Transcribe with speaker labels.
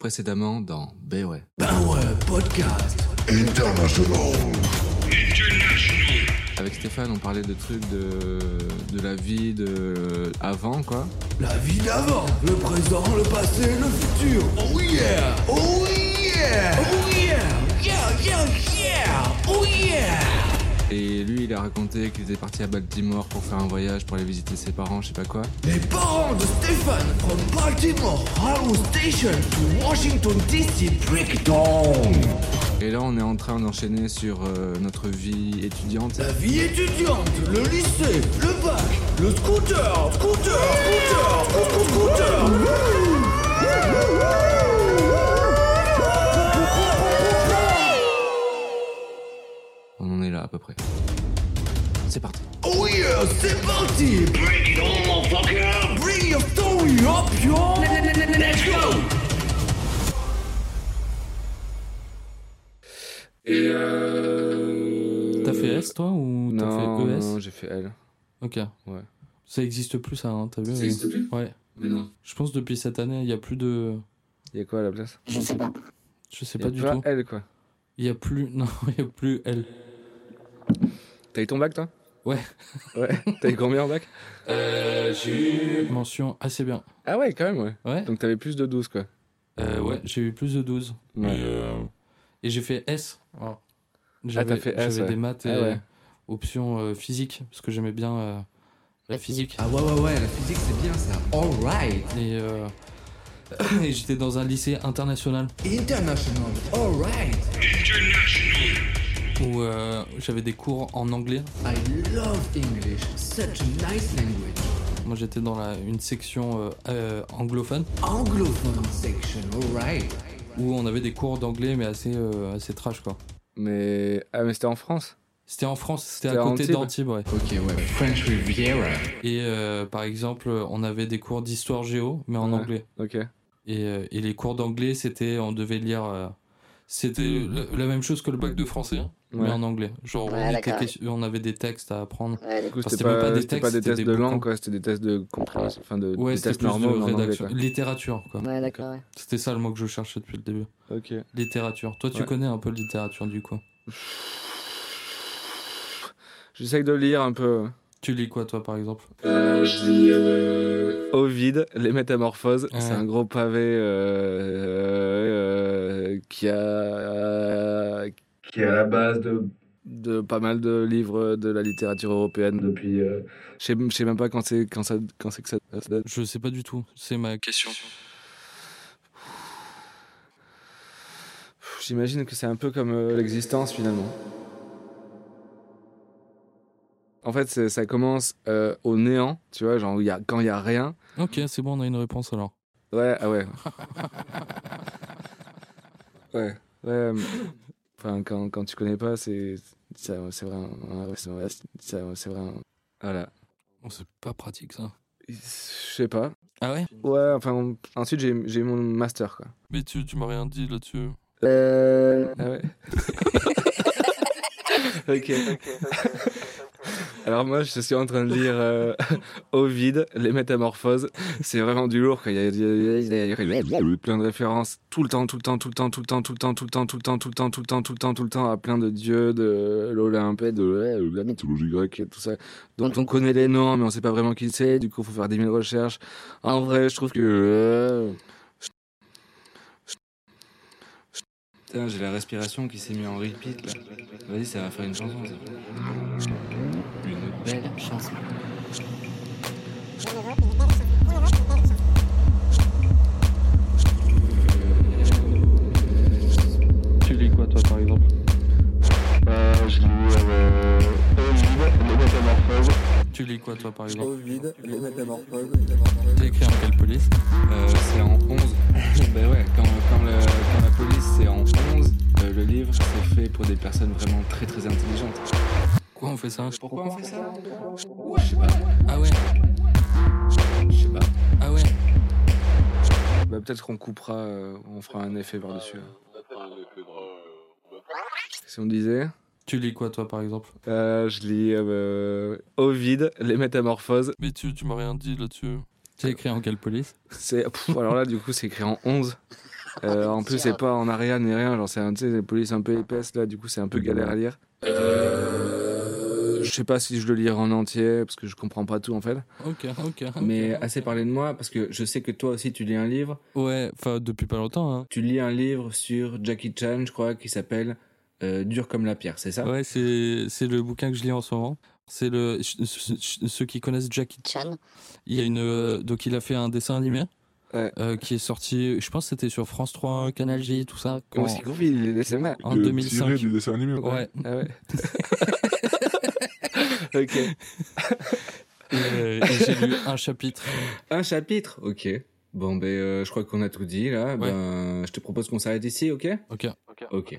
Speaker 1: précédemment dans Ben ouais.
Speaker 2: Power Podcast.
Speaker 3: International.
Speaker 1: Avec Stéphane, on parlait de trucs de, de la vie de avant quoi.
Speaker 2: La vie d'avant, le présent, le passé, le futur. Oh yeah. Oh yeah. Oh yeah. Yeah, yeah, yeah. Oh yeah.
Speaker 1: Et lui, il a raconté qu'il était parti à Baltimore pour faire un voyage, pour aller visiter ses parents, je sais pas quoi.
Speaker 2: Les parents de Stéphane from Baltimore Harrow Station to Washington DC Bricktown.
Speaker 1: Et là, on est en train d'enchaîner sur euh, notre vie étudiante.
Speaker 2: La vie étudiante, le lycée, le bac, le scooter, scooter, scooter, scooter, scooter.
Speaker 1: On en est là à peu près. C'est parti.
Speaker 2: Oh yeah, c'est parti. Bring it on, motherfucker. Bring your story up, yo. Let's go.
Speaker 1: Et euh...
Speaker 4: T'as fait S toi ou t'as
Speaker 1: Non,
Speaker 4: fait ES
Speaker 1: non, j'ai fait E L.
Speaker 4: Ok.
Speaker 1: Ouais.
Speaker 4: Ça existe plus ça, hein, t'as vu
Speaker 1: Ça
Speaker 4: mais-
Speaker 1: existe plus
Speaker 4: Ouais.
Speaker 1: Mais non.
Speaker 4: Je pense depuis cette année, il y a plus de.
Speaker 1: Il y a quoi à la place
Speaker 4: Je sais
Speaker 1: Il y
Speaker 4: pas
Speaker 1: a
Speaker 4: du
Speaker 1: pas
Speaker 4: tout.
Speaker 1: L quoi.
Speaker 4: Il y a plus. Non, il y a plus L.
Speaker 1: T'as eu ton bac toi
Speaker 4: Ouais.
Speaker 1: Ouais. T'as eu combien en bac
Speaker 4: Mention assez bien.
Speaker 1: Ah ouais, quand même, ouais.
Speaker 4: Ouais.
Speaker 1: Donc t'avais plus de 12 quoi.
Speaker 4: Euh, ouais, j'ai eu plus de 12. Et, euh, et j'ai fait S. Alors, J'avais
Speaker 1: Ah, t'as fait S,
Speaker 4: j'avais
Speaker 1: ouais.
Speaker 4: des maths et
Speaker 1: Ah ouais.
Speaker 4: options euh, physique, parce que j'aimais bien euh, la physique.
Speaker 2: Ah ouais, ouais, ouais, la physique c'est bien ça. Alright.
Speaker 4: Et, euh, et j'étais dans un lycée international
Speaker 2: International. Alright.
Speaker 4: où euh, j'avais des cours en anglais.
Speaker 2: I love English. Such a nice language.
Speaker 4: Moi j'étais dans la, une section euh, euh, anglophone
Speaker 2: Anglophone section. Alright.
Speaker 4: où on avait des cours d'anglais mais assez, euh, assez trash quoi.
Speaker 1: Mais. Ah, mais c'était en France
Speaker 4: C'était en France, c'était à
Speaker 1: C'était à
Speaker 4: côté
Speaker 1: Antibes.
Speaker 4: d'Antibes. ouais.
Speaker 2: Ok, ouais. French Riviera.
Speaker 4: Et euh, par exemple, on avait des cours d'histoire géo mais en
Speaker 1: Ouais.
Speaker 4: anglais.
Speaker 1: Ok.
Speaker 4: Et, euh, et les cours d'anglais, c'était, on devait lire, euh, c'était le- la même chose que le bac de français, hein, mais
Speaker 1: Hmm. Ouais.
Speaker 4: en anglais. Genre,
Speaker 5: Ouais,
Speaker 4: on, était
Speaker 5: d'accord.
Speaker 4: question- on avait des textes à apprendre.
Speaker 5: Ouais,
Speaker 1: Du coup, c'était
Speaker 4: Enfin, c'était
Speaker 1: pas,
Speaker 4: même pas des
Speaker 1: c'était
Speaker 4: textes,
Speaker 1: pas des
Speaker 4: c'était
Speaker 1: tests
Speaker 4: des
Speaker 1: de
Speaker 4: bouquins.
Speaker 1: langue quoi, c'était des tests de compréhension. Enfin, de,
Speaker 4: Ouais,
Speaker 1: des
Speaker 4: c'était
Speaker 1: tests
Speaker 4: plus
Speaker 1: normaux
Speaker 4: de
Speaker 1: mais en anglais
Speaker 4: rédaction.
Speaker 1: quoi.
Speaker 4: littérature, quoi.
Speaker 5: Ouais, d'accord, ouais.
Speaker 4: C'était ça le mot que je cherchais depuis le début.
Speaker 1: Ok.
Speaker 4: Littérature. Toi, tu
Speaker 1: Ouais.
Speaker 4: connais un peu de littérature, du coup.
Speaker 1: J'essaye de lire un peu.
Speaker 4: Tu lis quoi, toi, par exemple
Speaker 1: Ovide, Euh, les métamorphoses,
Speaker 4: Ouais.
Speaker 1: c'est un gros pavé euh, euh, qui a euh, qui est à la base de de pas mal de livres de la littérature européenne depuis. euh, je sais je sais même pas quand c'est quand ça quand c'est que ça, ça date.
Speaker 4: Je sais pas du tout. C'est ma question.
Speaker 1: Pff, J'imagine que c'est un peu comme euh, l'existence finalement. En fait, c'est- ça commence euh, au néant, tu vois, genre où il y a, quand il y a rien.
Speaker 4: Ok, c'est bon, on a une réponse alors.
Speaker 1: Ouais, ah ouais. ouais, ouais. euh, Enfin, quand, quand tu connais pas, c'est. ça- C'est vrai. ouais, c'est vrai, ça- C'est vrai. Voilà.
Speaker 4: Bon, Oh, c'est pas pratique, ça.
Speaker 1: Je sais pas.
Speaker 4: Ah ouais
Speaker 1: Ouais, enfin, on- ensuite j'ai j'ai eu mon master, quoi.
Speaker 4: Mais tu, tu m'as rien dit là-dessus.
Speaker 5: Euh...
Speaker 1: Ah ouais. ok. Alors moi, je suis en train de lire euh, Ovide, Les Métamorphoses. C'est vraiment du lourd. quoi. Il y, a, il y a- il y a- il y a plein de références tout le temps, tout le temps, tout le temps, tout le temps, tout le temps, tout le temps, tout le temps, tout le temps, tout le temps, tout le temps, tout le temps, à plein de dieux, de l'Olympe, de la mythologie grecque, et tout ça. Dont on connaît les noms, mais on sait pas vraiment qui c'est. Du coup, faut faire 10 000 recherches. En vrai, je trouve que euh, Putain, j'ai la respiration qui s'est mise en repeat là. Vas-y, ça va faire une chanson. Ça. Une belle chanson.
Speaker 4: Tu lis quoi, toi, par exemple Tu lis quoi, toi, par exemple T'as écrit en quelle police
Speaker 1: Euh, c'est en 11. ben ouais, quand, quand, le- quand la police c'est en 11, euh, le livre c'est fait pour des personnes vraiment très très intelligentes.
Speaker 4: Pourquoi on fait ça
Speaker 1: Pourquoi on fait ça
Speaker 4: Ah ouais
Speaker 1: Je sais pas.
Speaker 4: Ah ouais
Speaker 1: Bah, peut-être qu'on coupera, euh, on fera un effet par-dessus. hein. Si on disait.
Speaker 4: Tu lis quoi, toi, par exemple
Speaker 1: Euh, je lis euh, Ovide, Les Métamorphoses.
Speaker 4: Mais tu, tu m'as rien dit là-dessus. T'as écrit en quelle police
Speaker 1: C'est. pff, alors là, du coup, c'est écrit en 11. Euh, en plus, c'est pas en arrière ni rien. Genre, c'est un, tu sais, des polices un peu épaisses là. Du coup, c'est un peu galère à lire. Euh, Je sais pas si je le lirai en entier parce que je comprends pas tout en fait.
Speaker 4: Ok, ok. ok.
Speaker 1: Mais assez parlé de moi parce que je sais que toi aussi tu lis un livre.
Speaker 4: Ouais, enfin, depuis pas longtemps. Hein.
Speaker 1: Tu lis un livre sur Jackie Chan, je crois, qui s'appelle euh, Dur comme la pierre, c'est ça
Speaker 4: Ouais, c'est c'est le bouquin que je lis en ce moment. C'est le ch- ch- ch- ceux qui connaissent Jackie Chan. Il y a une euh, donc il a fait un dessin animé
Speaker 1: Ouais.
Speaker 4: euh, qui est sorti. Je pense que c'était sur France 3, Canal J, tout ça. quand-
Speaker 1: Comment c'est gros, il est laissé mal.
Speaker 4: en
Speaker 3: de
Speaker 4: 2005.
Speaker 3: tirer du dessin animé.
Speaker 4: Ouais.
Speaker 1: Ah ouais. ok.
Speaker 4: Et, euh, et j'ai lu un chapitre.
Speaker 1: Un chapitre, ok. Bon, ben, euh, je crois qu'on a tout dit là. Ben, je te propose qu'on s'arrête ici, ok
Speaker 4: Ok.
Speaker 1: Ok.